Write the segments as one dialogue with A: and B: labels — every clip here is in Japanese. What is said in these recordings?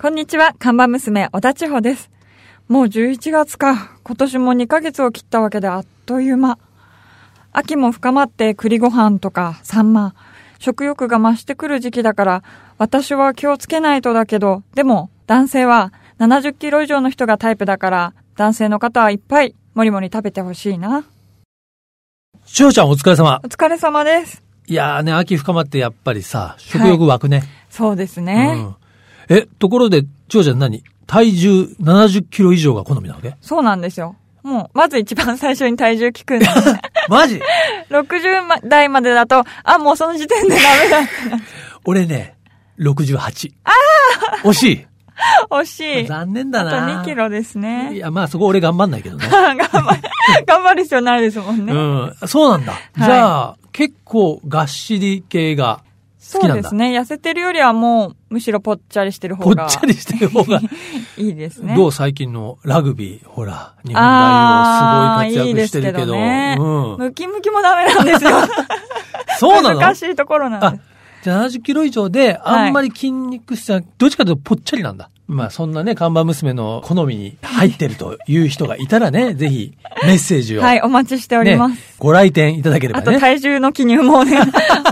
A: こんにちは、看板娘、小田千穂です。もう11月か。今年も2ヶ月を切ったわけであっという間。秋も深まって栗ご飯とかサンマ、食欲が増してくる時期だから、私は気をつけないとだけど、でも男性は70キロ以上の人がタイプだから、男性の方はいっぱい、もりもり食べてほしいな。
B: しおちゃんお疲れ様
A: お。疲れ様です。
B: いやーね、秋深まってやっぱりさ、食欲湧くね。
A: そうですね。
B: うん。え、ところで、しおちゃん何体重70キロ以上が好みなわけ
A: そうなんですよ。もう、まず一番最初に体重聞くんで、
B: マジ
A: 60ま代までだと、あ、もうその時点でダメだってな っ
B: 俺ね、68。ああ惜し
A: て。惜し
B: い。
A: い。あ
B: 残念
A: と
B: だな。
A: 2キロですね。。
B: いや、まあそこ俺頑張んないけどね
A: 頑張る、頑張る必要ないですもん ね。
B: うん。そうなんだ。じゃあ、結構がっしり系が好
A: そ
B: き
A: う
B: なん
A: で
B: だ。
A: すね。痩せてるよりはもう、むしろぽっちゃりしてる
B: ぽ
A: 方
B: っ
A: が。
B: ちゃりしてる 方が。
A: いいですね。
B: どう最近のラグビー、ほら、日本
A: ああ
B: 代表すごい活躍してるけど。
A: いいですけどね。
B: うん。
A: ムキムキもダメなんですよ。
B: そうなの
A: 難しいところなん
B: あ
A: です。、
B: じゃあ70キロ以上で、
A: はい
B: あんまり筋肉質じゃなく、どっちかというとぽっちゃりなんだ。まあそんなね、看板娘の好みに入ってるという人がいたら ね、ぜひメッセージを。
A: はい、お待ちしております。
B: ね、ご来店いただければ
A: あ
B: ね。
A: と体重の記入もお願い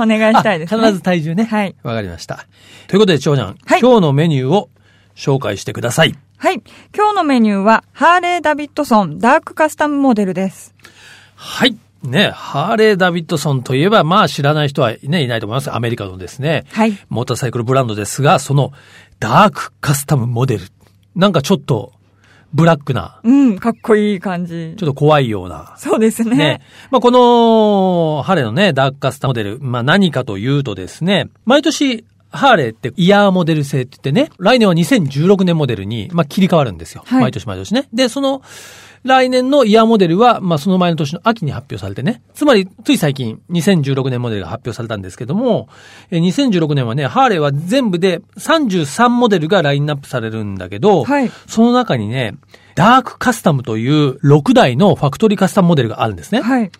A: お願いしたいです、ね。
B: あ必ず体重ね。
A: はい。
B: わかりました。ということで、長男、
A: はい
B: 今日のメニューを紹介してください。
A: はい。今日のメニューは、ハーレー・ダビッドソンダークカスタムモデルです。
B: はい。ね、ハーレー・ダビッドソンといえば、まあ知らない人は、ね、いないと思います。アメリカのですね。
A: はい。
B: モーターサイクルブランドですが、そのダークカスタムモデル。なんかちょっとブラックな、
A: うん、かっこいい感じ。
B: ちょっと怖いような。
A: そうですね。
B: ね。まあ、この、ハーレーのね、ダークカスタムモデル。まあ、何かというとですね、毎年、ハーレーってイヤーモデル制って言ってね、来年は2016年モデルに、まあ、切り替わるんですよ。
A: はい
B: 毎年毎年ね。で、その、来年のイヤーモデルは、まあ、その前の年の秋に発表されてね。つまり、つい最近、2016年モデルが発表されたんですけども、えー2016年はね、ハーレーは全部で33モデルがラインナップされるんだけど、
A: はい
B: その中にね、ダークカスタムという6台のファクトリーカスタムモデルがあるんですね。
A: はい。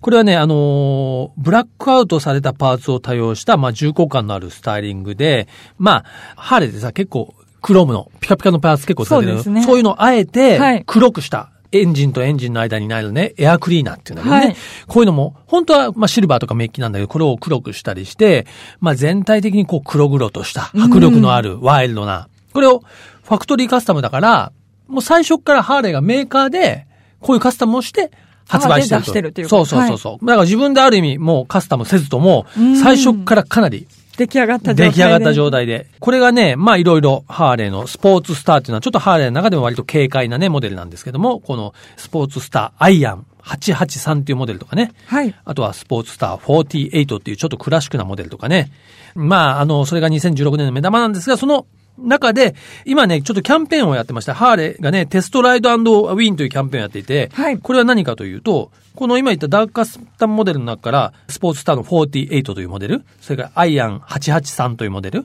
B: これはね、あのーブラックアウトされたパーツを多用した、まあ、重厚感のあるスタイリングで、まあ、ハーレーでさ、結構、クロームの、ピカピカのパーツ結構使ってる
A: そうですね
B: そういうのをあえ
A: はい
B: て、黒くした、エンジンとエンジンの間にないるね、エアクリーナーっていうんだけどね。
A: はい
B: こういうのも、本当は、まあ、シルバーとかメッキなんだけど、これを黒くしたりして、まあ、全体的にこう、黒々とした、迫力のある、ワイルドな、これを、ファクトリーカスタムだから、もう最初からハーレーがメーカーで、こういうカスタムをして、発売してる
A: あで出してるというこ
B: そ
A: と
B: うそうそうそう。だから自分である意味もうカスタムせずとも
A: うん、
B: 最初からかなり
A: 出来上がった状態
B: 出
A: で。
B: 来上がった状態で。これがね、まあいろいろハーレーのスポーツスターっていうのはちょっとハーレーの中でも割と軽快なね、モデルなんですけども、このスポーツスターアイアン883っていうモデルとかね。
A: はい。
B: あとはスポーツスター48っていうちょっとクラシックなモデルとかね。まあ、あの、それが2016年の目玉なんですが、その中で、今ね、ちょっとキャンペーンをやってました。ハーレーがね、テストライドウィンというキャンペーンをやっていて、
A: はい
B: これは何かというと、この今言ったダークカスタムモデルの中から、スポーツスターの48というモデル、それからアイアン883というモデル、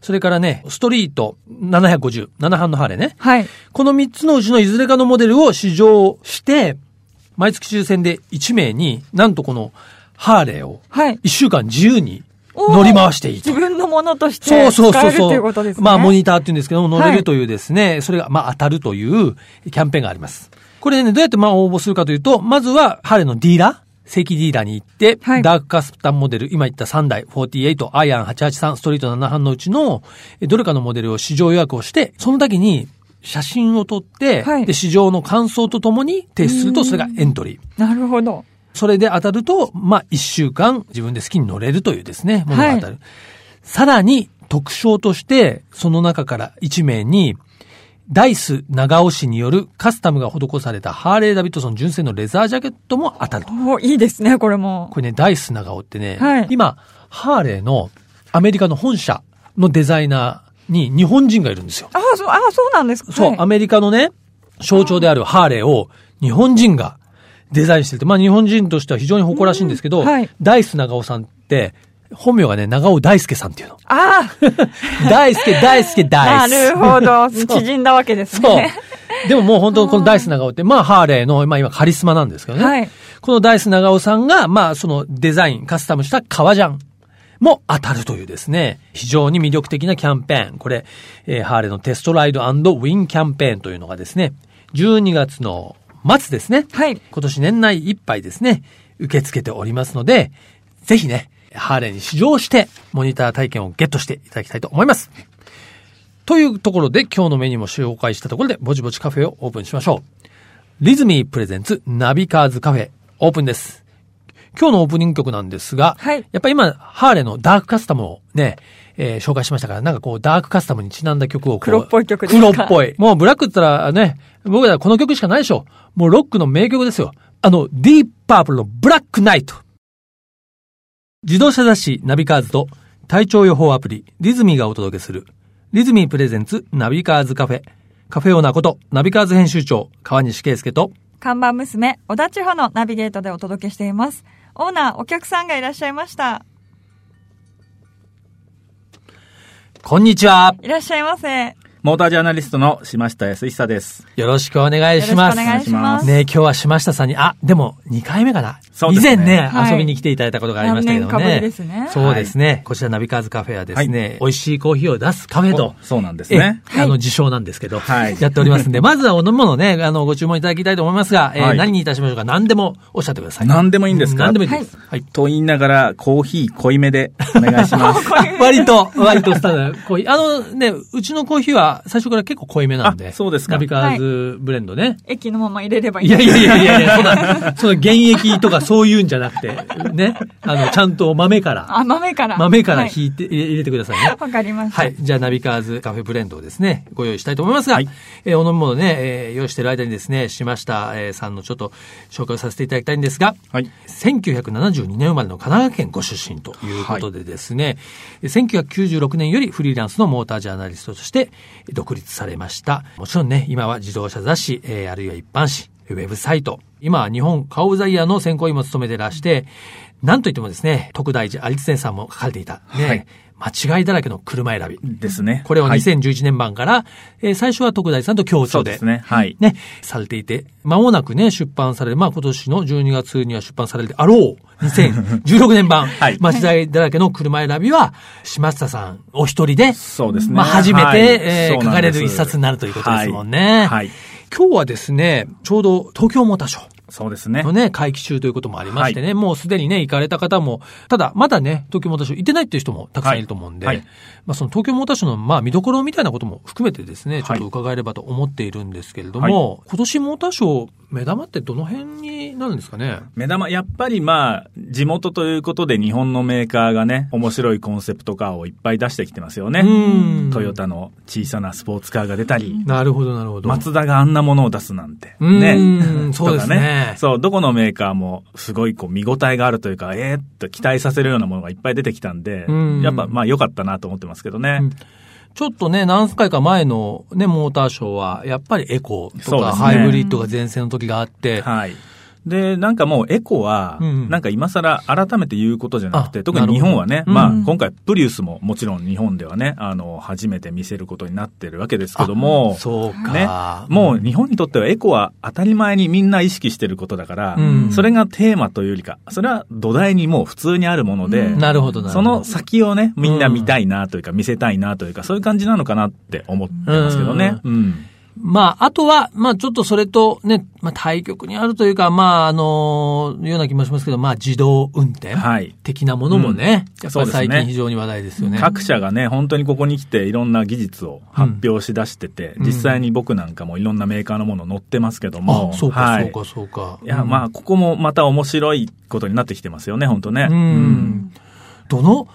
B: それからね、ストリート750、7班のハーレーね。
A: はい。
B: この3つのうちのいずれかのモデルを試乗して、毎月抽選で1名に、なんとこのハーレーを
A: はい。
B: 1週間自由に
A: おー
B: 乗り回していいと
A: 自。分のものとして使え
B: そ
A: る
B: うそうそう
A: と
B: そ。
A: いううことですね。
B: まあ、モニターっていうんですけども、乗れ
A: は
B: る
A: い
B: というですね、それが、まあ、当たるというキャンペーンがあります。これね、どうやってまあ応募するかというと、まずは、ハーレーのディーラー、正規ディーラーに行って、
A: はい
B: ダークカスタムモデル、今言った3台、48、アイアン883、ストリート7班のうちの、えどれかのモデルを試乗予約をして、その時に写真を撮って、
A: はい
B: で、試乗の感想とともに提出すると、それがエントリー。
A: なるほど。
B: それで当たると、まあ、一週間自分で好きに乗れるというですね、ものが当たる。さらに、特賞として、その中から1名に、ダイス長尾市によるカスタムが施されたハーレー・ダビッドソン純正のレザージャケットも当たると。
A: おいいですね、これも。
B: これね、ダイス長尾ってね、
A: はい
B: 今、ハーレーのアメリカの本社のデザイナーに日本人がいるんですよ。
A: ああ、そう、ああ、そうなんですか。
B: そう、
A: はい
B: アメリカのね、象徴であるハーレーを日本人がデザインしてて、まあ日本人としては非常に誇らしいんですけど、
A: うんはい。
B: ダイス長尾さんって、本名がね、長尾大輔さんっていうの
A: あ
B: 大輔、大輔、
A: あ、な
B: 大輔。
A: るほど。
B: そう
A: 縮んだわけです
B: そう
A: ね。。
B: でももう本当このダイス長尾って、まあハーレーの、まあ今カリスマなんですけどね。
A: はい
B: このダイス長尾さんが、まあそのデザイン、カスタムした革ジャン。も当たるというですね、非常に魅力的なキャンペーン。これ、えーハーレーのテストライドウィンキャンペーンというのがですね、12月の末ですね。
A: はい。
B: 今年年内いっぱいですね、受け付けておりますので、ぜひね、ハーレーに試乗して、モニター体験をゲットしていただきたいと思います。というところで、今日のメニューも紹介したところで、ぼちぼちカフェをオープンしましょう。リズミープレゼンツナビカーズカフェ、オープンです。今日のオープニング曲なんですが、
A: はい
B: やっぱり今、ハーレーのダークカスタムをね、えー紹介しましたから、なんかこう、ダークカスタムにちなんだ曲をこう
A: 黒っぽい曲です
B: 黒
A: か
B: っぽい。もうブラックって言ったらね、僕らこの曲しかないでしょ。もうロックの名曲ですよ。あの、ディープパープルのブラックナイト。自動車雑誌ナビカーズと体調予報アプリリズミーがお届けするリズミープレゼンツナビカーズカフェ。カフェオーナーことナビカーズ編集長川西圭介と
A: 看板娘、小田千穂のナビゲートでお届けしています。オーナー、お客さんがいらっしゃいました。
B: こんにちは。
A: いらっしゃいませ。
C: モータージャーナリストの島下康久です。
B: よろしくお願いします。
A: よろしくお願いします。
B: ね今日は島下さんに、あ、でも2回目かな。
C: そうですね
B: 以前ね、
A: はい
B: 遊びに来ていただいたことがありましたけどね。
A: 何年かぶりですね
B: そうですね、こちらナビカーズカフェはですね、美味しいコーヒーを出すカフェと
C: お。そうなんですね。
B: ええあの、自称なんですけど、
C: はい
B: やっておりますん で、まずはお飲み物ね、あの、ご注文いただきたいと思いますが、えー
C: はい
B: 何にいたしましょうか何でもおっしゃってください。
C: 何でもいいんですか
B: 何でもいいです。はい。
C: と言いながら、コーヒー濃いめでお願いします。
B: あ割と、割とスタンダードなコーヒー。あのね、うちのコーヒーは最初から結構濃いめなんで。
C: あそうですか
B: ナビカーズブレンドね。
A: 駅のまま入れればいい。
B: いやいやいやいやいや、そん な、その現役とかそういうんじゃなくて、ね。あの、ちゃんと豆から、
A: あ、豆から。
B: 豆から
A: はい
B: 引いて、入れ入れてくださいね。
A: わかりました。
B: はい。じゃあ、ナビカーズカフェブレンドをですね、ご用意したいと思いますが、
C: はい
B: えーお飲み物ね、えー用意している間にですね、しました、えーさんのちょっと紹介をさせていただきたいんですが、
C: はい
B: 1972年生まれの神奈川県ご出身ということでですね、えー1996年よりフリーランスのモータージャーナリストとして独立されました。もちろんね、今は自動車雑誌、えーあるいは一般誌、ウェブサイト、今は日本カオザイヤーの選考員も務めてらして、なんといってもですね、徳大寺有常さんも書かれていた、ね、
C: はい
B: 間違いだらけの車選び。
C: ですね。
B: これを
C: はい
B: 2011年版から、えー最初は徳大さんと共著
C: そうで。
B: です
C: ね。はい。
B: ね、されていて、間もなくね、出版される、まあ今年の12月には出版されるであろう、2016年版、
C: はい
B: 間違いだらけの車選びは、島下さんお一人で、
C: そうですね。
B: まあ初めて、
C: はい
B: えー
C: そう
B: 書
C: な
B: か
C: ん
B: れ
C: です
B: る一冊になるということですもんね。
C: はいはい。
B: 今日はですね、ちょうど東京モーターショー。
C: そうですね
B: の。ね、会期中ということもありましてね、もうすでにね、行かれた方も、ただ、まだね、東京モーターショー行ってないっていう人もたくさんいると思うんで、
C: はいはい
B: まあその東京モーターショーの、まあ見どころみたいなことも含めてですね、ちょっと
C: はい
B: 伺えればと思っているんですけれども、今年モーターショー、目玉ってどの辺になるんですかね
C: 目玉、やっぱりまあ、地元ということで日本のメーカーがね、面白いコンセプトカーをいっぱい出してきてますよね。
B: うん
C: トヨタの小さなスポーツカーが出たり、
B: なるほど、なるほど。
C: マツダがあんなものを出すなんて。
B: うん
C: ね。
B: そうですね
C: とかそう、どこのメーカーもすごいこう見応えがあるというか、えーっと期待させるようなものがいっぱい出てきたんで
B: うん、
C: やっぱまあ良かったなと思ってますけどね。
B: うんちょっとね、何回か前のね、モーターショーは、やっぱりエコー
C: そ
B: と
C: うで
B: か、
C: すね
B: ハイブリッドが前線の時があって、
C: はい。で、なんかもうエコは、
B: うん
C: なんか今更改めて言うことじゃなく
B: あ
C: て、特に日本はね、
B: なるほど
C: まあ
B: うん
C: 今回プリウスももちろん日本ではね、あの、初めて見せることになってるわけですけども、
B: そう
C: ね
B: か。、
C: もう日本にとってはエコは当たり前にみんな意識してることだから、
B: うん
C: それがテーマというよりか、それは土台にもう普通にあるもので、
B: なるほど、なるほど。
C: その先をね、みんな見たいなというか、見せたいなというか、そういう感じなのかなって思ってますけどね。うん。
B: まあ、あとは、まあ、ちょっとそれとね、まあ、対局にあるというか、まあ、あの、ような気もしますけど、まあ、自動運転
C: はい
B: 的なものもね、
C: うん
B: やっぱ
C: そう
B: り
C: ですね
B: 最近非常に話題ですよね。
C: 各社がね、本当にここに来ていろんな技術を発表しだしてて、
B: うん
C: 実際に僕なんかもいろんなメーカーのもの載ってますけど
B: あ
C: も。、
B: そうか、
C: はい
B: そうか、そうか。
C: いや、
B: うん
C: まあ、ここもまた面白いことになってきてますよね、本当ね。
B: うん。どの、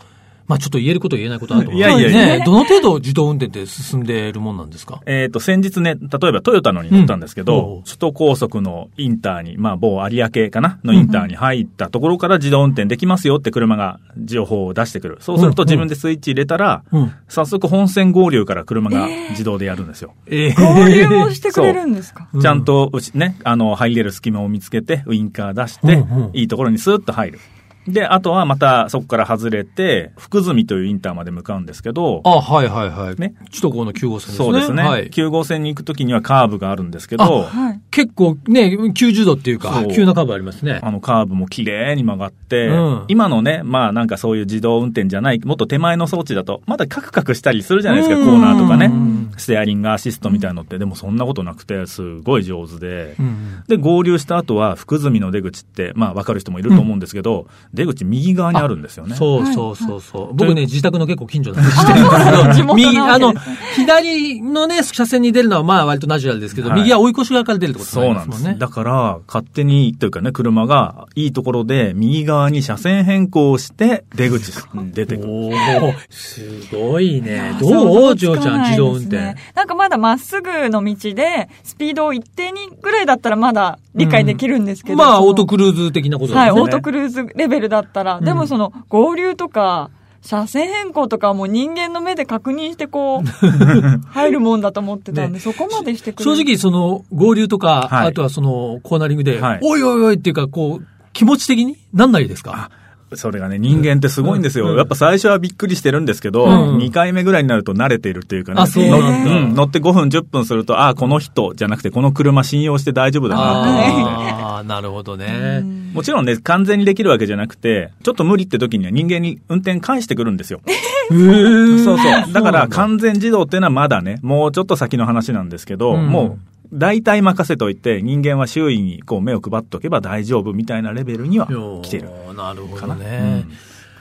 B: まあ、ちょっと言えること言えないことあると思う
C: いやいやいや
B: ねどの程度自動運転って進んでいるもんなんですか
C: えっ、と、先日ね、例えばトヨタのに乗ったんですけ
B: うんおう
C: ど、首都高速のインターに、まあ、某有明かなのインターに入ったところから自動運転できますよって車が情報を出してくる。そうすると
B: うんうん
C: 自分でスイッチ入れたら、
B: うん。
C: 早速本線合流から車が自動でやるんですよ。
B: ええ
A: 交流をしてくれるんですか
B: うん
C: ちゃんとうち、ね、あの、入れる隙間を見つけて、ウインカー出して、
B: うんうん
C: いいところにスーッと入る。で、あとはまたそこから外れて、福住というインターまで向かうんですけど、
B: あ、はいはいはい。
C: ね
B: 首都高の9号線ですね。
C: そうですね。
B: はい。
C: 9号線に行くときにはカーブがあるんですけ
B: あ
C: ど、
A: はい。
B: 結構ね、90度っていうか
C: そ、う
B: 急なカーブありますね。
C: あのカーブも綺麗に曲がって、
B: うん
C: 今のね、まあなんかそういう自動運転じゃない、もっと手前の装置だと、まだカクカクしたりするじゃないですか、
B: うん
C: コーナーとかね
B: うん。
C: ステアリングアシストみたいなのって、でもそんなことなくて、すごい上手で。
B: うん
C: で、合流した後は、福住の出口って、まあ、わかる人もいると思うんですけど、出口右側にあるんですよね。
B: そう
A: はい
B: そうそうそう。僕ね、自宅の結構近所なんで
A: あ
B: す
A: そう
B: け
A: な
B: ど、
A: んですね地
B: 右、
A: 元な
B: あ
A: わけ
B: の
A: で、
B: 左のね、車線に出るのはまあ割とナチュラルですけど、
C: はい
B: 右は追い越し側から出るってこと
C: そう
B: に
C: な
B: なんり
C: で
B: ますすもんね。
C: だから、勝手に、というかね、車が、いいところで、右側に車線変更して、出口に出てくる。
B: おーすごいね。ど
A: 想
B: うジ
A: 像
B: ョー
A: つ
B: ち
A: か
B: ゃん、
A: ない
B: 自動運
A: です
B: 転。
A: ねなんかまだまっすぐの道で、スピードを一定にぐらいだったらまだ理解できるんですけど。
B: まあ、
A: その
B: オートクルーズ的なことです
A: は
B: ね。
A: い、オートクルーズレベルだったら。でもその、合流とか、車線変更とかはもう人間の目で確認してこ う、入るもんだと思ってたんで、
B: ね
A: そこまでしてくれ
B: 正
A: る。
B: 直、その、合流とか、
C: はい
B: あとはその、コーナリングで、
C: はい
B: おいおいおいっていうか、こう、気持ち的になんないですか
C: それがね、人間ってすごいんですよ。
B: うん
C: やっぱ最初はびっくりしてるんですけど、
B: うん
C: 2回目ぐらいになると慣れているっていうかね。
B: あそうなんだ
C: のうん乗って5分、10分すると、ああ、この人じゃなくて、この車信用して大丈夫だなって思って。
B: ああ、なるほどね。
C: もちろんね、完全にできるわけじゃなくて、ちょっと無理って時には人間に運転返してくるんですよ。
B: へー
C: そうそう。だ
B: そ
C: から
B: うなん
C: 完全自動っていうのはまだね、もうちょっと先の話なんですけど、
B: うん
C: もう大体任せといて、人間は周囲にこう目を配っておけば大丈夫みたいなレベルには来てる。
B: なるほ
C: か
B: ど
C: な
B: ね。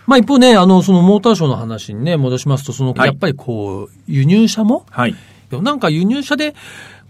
B: まあ一方ね、あの、そのモーターショーの話にね、戻しますと、その、
C: はい
B: やっぱりこう、輸入車も、
C: はい。
B: なんか輸入車で、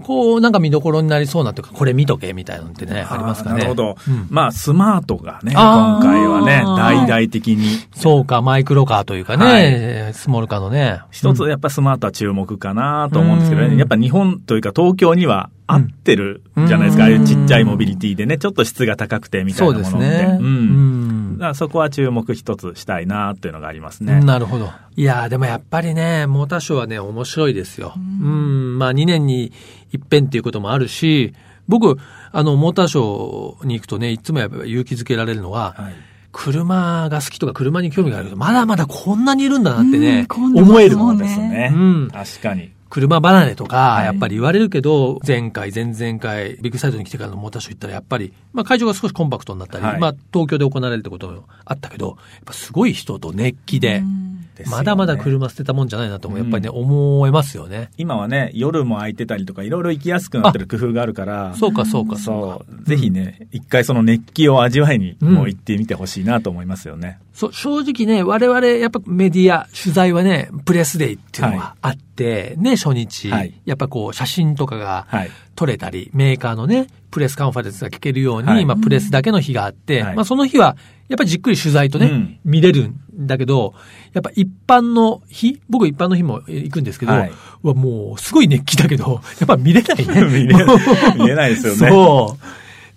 B: こう、なんか見どころになりそうなというか、これ見とけみたいなのってね、ありますかね。
C: なるほど。
B: うん
C: まあ、スマートがね、
B: あ
C: 今
B: ー
C: 回はね、
B: はい
C: 大々的に。
B: そうか、マイクロカーというか
C: はい
B: ね、スモールカーのね。
C: 一つやっぱスマートは注目かなと思うんですけど
B: う
C: ね。
B: ん
C: やっぱ日本というか東京には合ってるじゃないですか。
B: うん
C: ああいうちっちゃいモビリティでね、ちょっと質が高くてみたい
B: そう
C: な
B: で
C: も
B: す
C: のって。
B: ね。
C: う。
B: うんん
C: だからそこは注目一つしたいなっていうのがありますね。
B: なるほど。いやーでもやっぱりね、モーターショーはね、面白いですよ。うん、まあ2年に一遍っていうこともあるし、僕、あの、モーターショーに行くとね、いつもやっぱ勇気づけられるのは、
C: はい
B: 車が好きとか車に興味があるけど、まだまだこんなにいるんだなってね、
A: うん
B: 思える。
A: こんなにいますもんね
C: ですね。
B: うん
C: 確かに。
B: 車離れとか
C: は、い
B: やっぱり言われるけど、前回、前々回、ビッグサイトに来てからのモーターショー行ったら、やっぱり、まあ会場が少しコンパクトになったり、
C: はい
B: まあ東京で行われるってこともあったけど、やっぱすごい人と熱気で、
A: うん
C: ですよね
B: まだまだ車捨てたもんじゃないなとも、やっぱりね、思えますよね。
C: 今はね、夜も空いてたりとか、いろいろ行きやすくなってる工夫があるから、
B: そうか、そうか、そうか。
C: そう。ぜひね、一回その熱気を味わいに、
B: うん
C: もう行ってみてほしいなと思いますよね。
B: そう、正直ね、我々、やっぱメディア、取材はね、プレスデイっていうの
C: は
B: があって、ね、初日、
C: はい
B: やっぱこう、写真とかが
C: はい。
B: 撮れたり、メーカーのね、プレスカンファレンスが聞けるように、
C: はい
B: まあ、プレスだけの日があって、
C: はい
B: まあ、その日は、やっぱりじっくり取材とね、
C: うん
B: 見れるんだけど、やっぱ一般の日、僕一般の日も行くんですけど、
C: はいう
B: わもうすごい熱気だけど、やっぱ見れないね。
C: 見れ見れないですよね
B: そ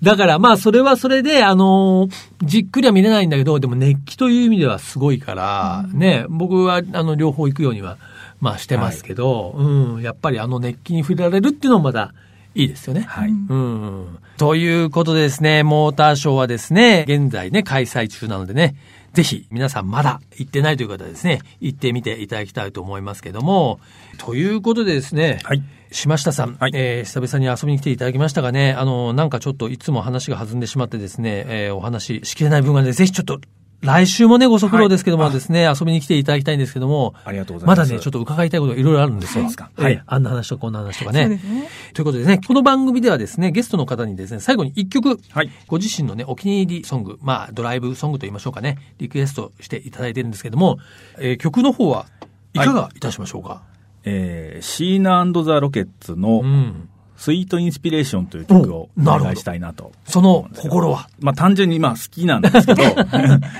B: う。だからまあそれはそれで、あのーじっくりは見れないんだけど、でも熱気という意味ではすごいから、ね、僕はあの両方行くようには、まあしてますけど、うん、やっぱりあの熱気に触れられるっていうのもまだいいですよね。
C: はい。
B: うん。ということでですね、モーターショーはですね、現在ね、開催中なのでね、ぜひ皆さんまだ行ってないという方はですね、行ってみていただきたいと思いますけども、ということでですね、
C: はい。
B: 島下さん、
C: はい
B: えー久々に遊びに来ていただきましたがね、あの、なんかちょっといつも話が弾んでしまってですね、えーお話ししきれない分がね、ぜひちょっと、来週もね、ご足労ですけどもですね、遊びに来ていただきたいんですけども、
C: ありがとうございます
B: まだね、ちょっと伺いたいことがいろいろあるんですよ。
C: そうですかはい
B: えーあんな話とかこんな話とか
A: そう
B: ね
A: です。ね。
B: ということでね、この番組ではですね、ゲストの方にですね、最後に一曲、
C: はい
B: ご自身のね、お気に入りソング、まあ、ドライブソングと言いましょうかね、リクエストしていただいてるんですけども、えー曲の方はいかがいたしましょうか、
C: えー、シーナザ・ロケッツの
B: う、ん。
C: スイート・インスピレーションという曲を
B: お
C: お
B: なるほど
C: 願いしたいなと。
B: その心は
C: まあ単純にまあ好きなんです けど、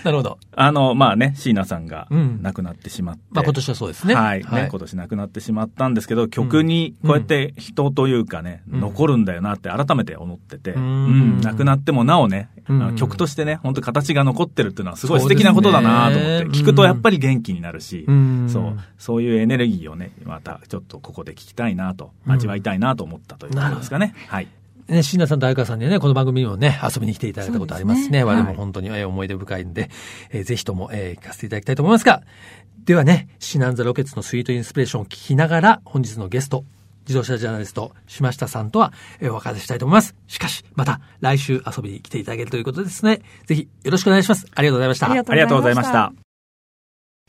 B: なるほど。
C: あの、まあね、椎名さんが
B: うん
C: 亡くなってしまって。
B: まあ今年はそうですね。
C: はい、ね、今年亡くなってしまったんですけど、曲にこうやって人というかね、
B: うん
C: 残るんだよなって改めて思ってて、
B: う
C: うんん、亡くなってもなおね、
B: うん
C: あの曲としてね、本当形が残ってるっていうのはすごい
B: そ
C: 素
B: うですね
C: 敵なことだなと思って、聞くとやっぱり元気になるし、
B: うん
C: そう、そういうエネルギーをね、またちょっとここで聞きたいなと、
B: うん
C: 味わいたいなと思ったということですかね。はい。
B: ね、椎名さんと相川さんにね、この番組にもね、遊びに来ていただいたことありますね。
A: そうですね
B: 我々も本当に、えー思い出深いんで、えーぜひとも、えー聞かせていただきたいと思いますが、ではね、シナンザロケッツのスイートインスピレーションを聞きながら、本日のゲスト、自動車ジャーナリスト、島下さんとは、えーお別れしたいと思います。しかし、また来週遊びに来ていただけるということですね。ぜひよろしくお願いします。ありがとうございました。
C: ありがとうございました。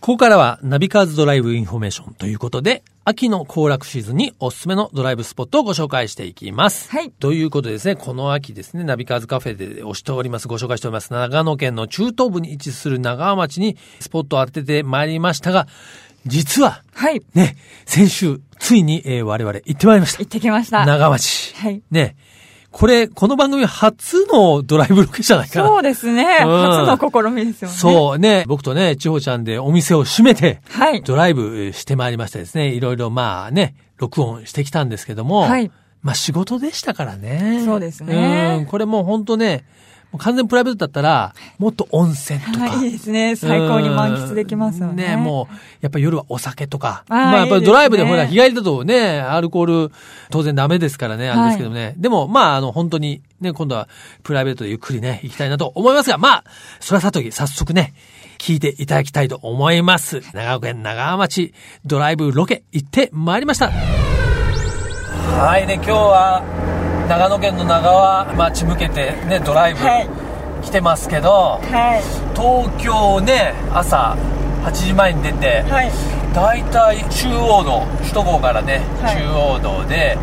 B: ここからはナビカーズドライブインフォメーションということで、秋の行楽シーズンにおすすめのドライブスポットをご紹介していきます。
A: はい
B: ということでですね、この秋ですね、ナビカーズカフェで押しております、ご紹介しております、長野県の中東部に位置する長浜町にスポットを当ててまいりましたが、実は、
A: はい。
B: ね、先週、ついに、えー我々行ってまいりました
A: 行っ。てきました。
B: 長浜町。
A: はい
B: ね、これ、この番組初のドライブロケじゃないかな。
A: そうですね。
B: うん
A: 初の試みですよね。
B: そうね。僕とね、千穂ちゃんでお店を閉めて、
A: はい
B: ドライブえーしてまいりましてですね、いろいろまあね、録音してきたんですけども、
A: はい
B: まあ仕事でしたからね。
A: そうですね
B: うん、これもう本当ね、もう完全プライベートだったら、もっと温泉とか。
A: はい、いいですね。最高に満喫できますよ
B: うん
A: ね。
B: ねもう、やっぱ夜はお酒とか。
A: あー
B: まあや
A: い
B: っぱ
A: い
B: り
A: です
B: ド
A: ね
B: ライブでほら、日帰りだとね、アルコール当然ダメですからね、あれですけどね。でも、まああの本当にね、今度はプライベートでゆっくりね、行きたいなと思いますが、まあ、それはさとき、早速ね、聞いていただきたいと思います。長岡県長浜町、ドライブロケ行ってまいりました。はいね、今日は長野県の長浜町向けてね、ドライブ
A: はい
B: 来てますけど、
A: はい。
B: 東京ね朝8時前に出て、
A: はい。
B: 大体中央道首都高からね、
A: はい
B: 中央道で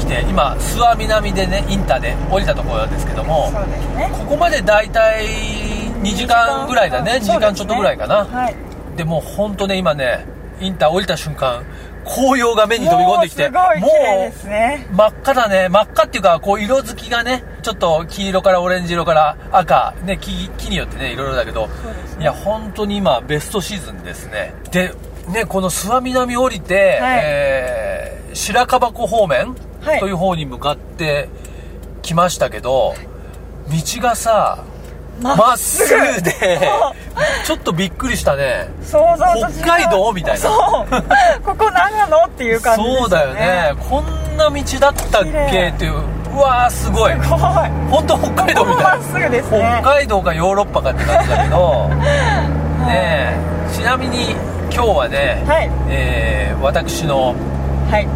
B: 来て今諏訪南でねインターで降りたところですけども
A: そうですね。
B: ここまで大体2時間ぐらいだね2時
A: そうです
B: 間ちょっとぐらいかな、
A: はい。
B: でもう本当ね今ねインター降りた瞬間紅葉が目に飛び込んできて
A: もうすごい綺麗です
B: もう
A: ね。
B: 真っ赤だね真っ赤っていうかこう色づきがねちょっと黄色からオレンジ色から赤、ね、木木によってねいろいろだけど、いや本当に今ベストシーズンですねでねこの諏訪南降りて、
A: はい
B: えー白樺湖方面、
A: はい
B: という方に向かってきましたけど道がさまっすぐで ちょっとびっくりしたね
A: 想像と違う
B: 北海道みたいな
A: そうここ長野っていう感じですよね
B: そうだよねこんな道だったっ
A: 綺
B: け
A: 麗
B: っていううわーすごい
A: すごい
B: 本当北海道みた
A: ま
B: い
A: っ
B: な
A: すぐです
B: 北
A: ね
B: 海道かヨーロッパかって感じ だけどねえちなみに今日はね、
A: はい
B: えー私の
A: はい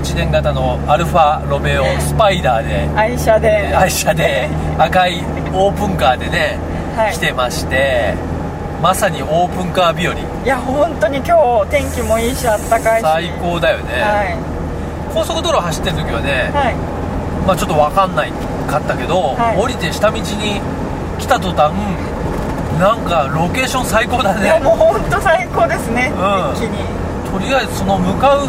B: 1991年型のアルファロメオスパイダーで
A: 愛車で
B: 愛車で赤いオープンカーでね、
A: はい
B: 来てましてまさにオープンカー日和
A: いや本当に今日天気もいいしあったかいし
B: 最高だよね、
A: はい
B: 高速道路走ってる時はね、
A: はい
B: まあ、ちょっと分かんないかったけど、
A: はい
B: 降りて下道に来た途端なんかロケーション最高だ
A: いや
B: ね
A: もう本当最高ですね、
B: うん
A: 一気に
B: とりあえずその向かう道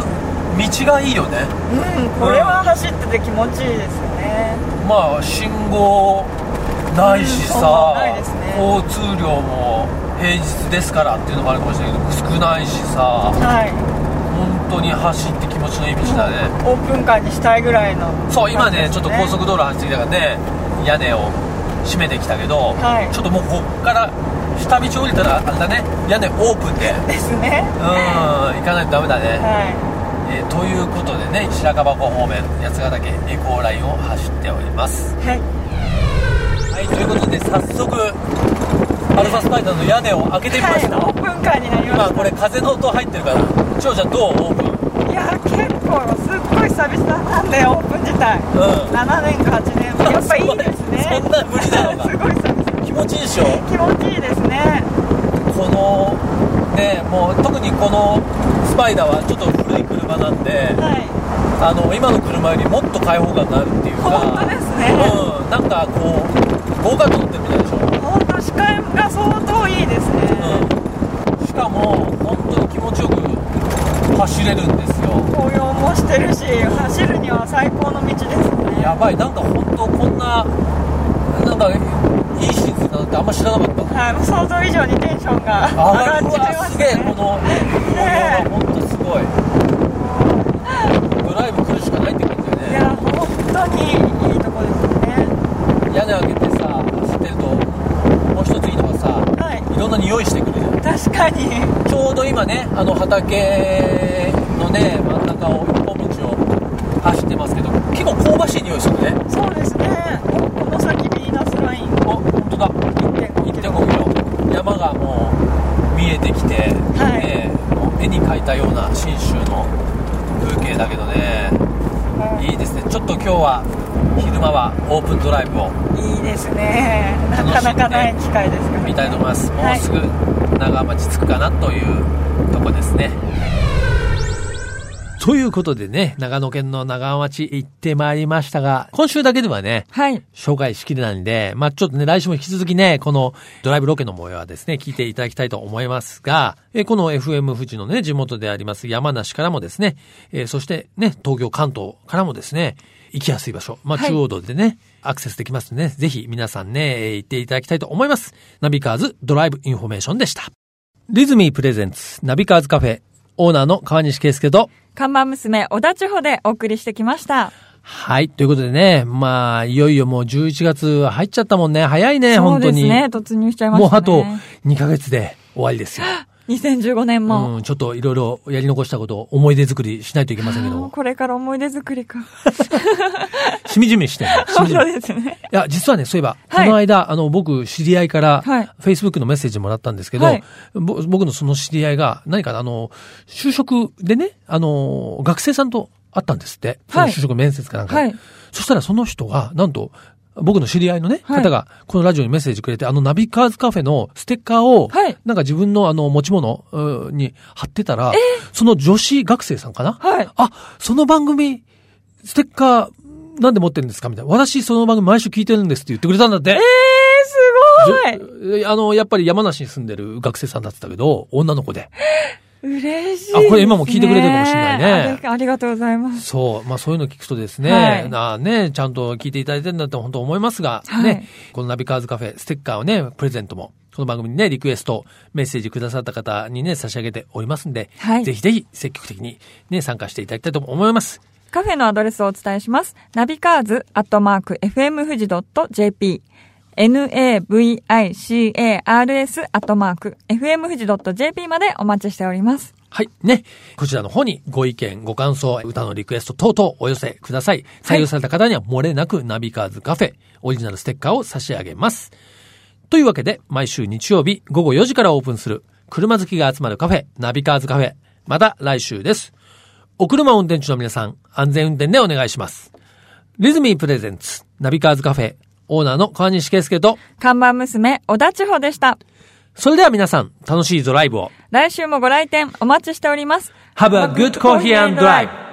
B: がいいよね
A: うんこれは走ってて気持ちいいですよね
B: まあ信号ない
A: う
B: し
A: んそ
B: さ
A: う、ないですね
B: 交通量も平日ですからっていうのもあるかもしれないけど少ないしさ
A: はい
B: 本当に走って気持ちのいい道だね、
A: オープンカーにしたいぐらいの
B: そう今ね
A: 感
B: ち
A: じ
B: ょっ
A: です
B: と高速道路走ってきたからね屋根を閉めてきたけど、
A: はい
B: ちょっともうこっから下道降りたらあれだね屋根オープン で
A: ですね
B: うん行かないとダメだね、
A: は
B: えーということでね白樺湖方面八ヶ岳エコーラインを走っております
A: いはい
B: はいということで早速アルファスパイダーの屋根を開けてみました、
A: はい、オープンカーになりま
B: 今
A: し
B: これ風の音入ってるから千代ちゃんどうオープン
A: たいや結構すっごい久々なんでオープン自体、
B: うん
A: 7年か8年やっぱいいですね
B: そんな無理なのか
A: すごい久々
B: 気持ちいいでしょ
A: 気持ちいいですね
B: このねもう特にこのスパイダーはちょっと古い車なんで
A: はい
B: あの今の車よりもっと開放感があるっていうか
A: 本当ですね
B: うんなんかこう豪華と乗ってるみたいでしょ
A: 本当視界が相当いいですね、
B: うんしかも本当に気持ちよく走れるんですよ
A: 紅葉もしてるし走るには最高の道ですね
B: やばいなんか本当こんななんかいいシーズンだなんてあんま知らなかった
A: はい、もう想像以上にテンションが上が
B: あ
A: っ
B: う
A: ちゃいま
B: わ
A: す
B: すげえこ
A: ね
B: の
A: ねえ
B: この本当すごいドライブ来るしかないって感じだ
A: い
B: よね
A: や本当にいいとこですね
B: 屋根開けてさ走ってるともう一ついいのがさ
A: はい
B: いろんな匂いしてくるじゃん
A: 確かに
B: ちょうど今ね、あの畑のね、真ん中を、一本道を走ってますけど、結構香ばしい匂いするね。
A: そうですねおこの先ビーナスライン
B: あ、本当だ。
A: 1.5
B: 1.5キロ。山がもう見えてきて、
A: はい
B: ねもう絵に描いたような信州の風景だけどどねいいですねちょっと今日は昼間はオープンドライブを
A: いいですね。なかなかない機会ですから、
B: 見たいと思いますも
A: は
B: う
A: い
B: すぐ長浜町着くかなというとこですね、ということでね長野県の長浜町行ってまいりましたが今週だけではね
A: はい。
B: 紹介しきれないんで、まあ、ちょっとね、来週も引き続きね、このドライブロケの模様はですね、聞いていただきたいと思いますが、えーこの FM 富士のね、地元であります山梨からもですね、えーそしてね、東京関東からもですね、行きやすい場所、まあ、
A: はい
B: 中央道でね、アクセスできますので、ね、ぜひ皆さんね、えー行っていただきたいと思います。ナビカーズドライブインフォメーションでした。リズミープレゼンツ、ナビカーズカフェ、オーナーの川西圭介と、
A: 看板娘、小田地方でお送りしてきました。
B: はい。ということでね、まあ、いよいよもう11月は入っちゃったもんね。早いね、
A: そう
B: 本当
A: です
B: に。
A: ね。突入しちゃいま
B: もう
A: した
B: あ
A: ね。
B: と2ヶ月で終わりですよ。
A: 2015年も。
B: うん、ちょっといろいろやり残したことを思い出作りしないといけませんけど
A: あー
B: も。
A: これから思い出作りか。
B: しみじみしてる。し
A: そ
B: みじみ
A: うですね。
B: いや、実はね、そういえば、
A: はい
B: この間、あの、僕、知り合いから、
A: はい
B: Facebook のメッセージもらったんですけど、
A: はい
B: ぼ僕のその知り合いが、何か、あの、就職でね、あの、学生さんと会ったんですって。
A: はい
B: その就職面接かなんかで、
A: はい
B: そしたら、その人が、なんと、僕の知り合いのね、
A: はい
B: 方が、このラジオにメッセージくれて、あの、ナビカーズカフェのステッカーを、
A: はい
B: なんか自分のあの、持ち物うーに貼ってたら、その女子学生さんかな、
A: はい。
B: あ、その番組、ステッカー、なんで持ってるんですかみたいな。私、その番組毎週聞いてるんですって言ってくれたんだって。え
A: えー、す
B: あの、やっぱり山梨に住んでる学生さんだってたけど、女の子で。
A: ごい嬉しいです、
B: あ
A: ね。
B: これ今も聞いてくれてるかもしれないね
A: ありありがとうございます。
B: そう。まあそういうの聞くとですね、
A: はい
B: なあね、ちゃんと聞いていただいてるんだって本当思いますが、
A: はい
B: ね、このナビカーズカフェ、ステッカーをね、プレゼントも、この番組にね、リクエスト、メッセージくださった方にね、差し上げておりますんで、
A: はい
B: ぜひぜひ積極的にね、参加していただきたいと思います。
A: カフェのアドレスをお伝えします。ナビカーズアットマーク FM 富士 .jp navicars アットマーク FM 富士 .jp までお待ちしております。
B: はい。ね。こちらの方にご意見、ご感想、歌のリクエスト等々お寄せください。
A: はい
B: 採用された方には漏れなくナビカーズカフェオリジナルステッカーを差し上げます。というわけで、毎週日曜日午後4時からオープンする車好きが集まるカフェ、ナビカーズカフェ。また来週です。お車運転中の皆さん、安全運転でお願いします。リズミープレゼンツ、ナビカーズカフェ、オーナーの川西圭介と、
A: 看板娘、小田千穂でした。
B: それでは皆さん、楽しいドライブを。
A: 来週もご来店お待ちしております。
B: Have a good coffee and drive!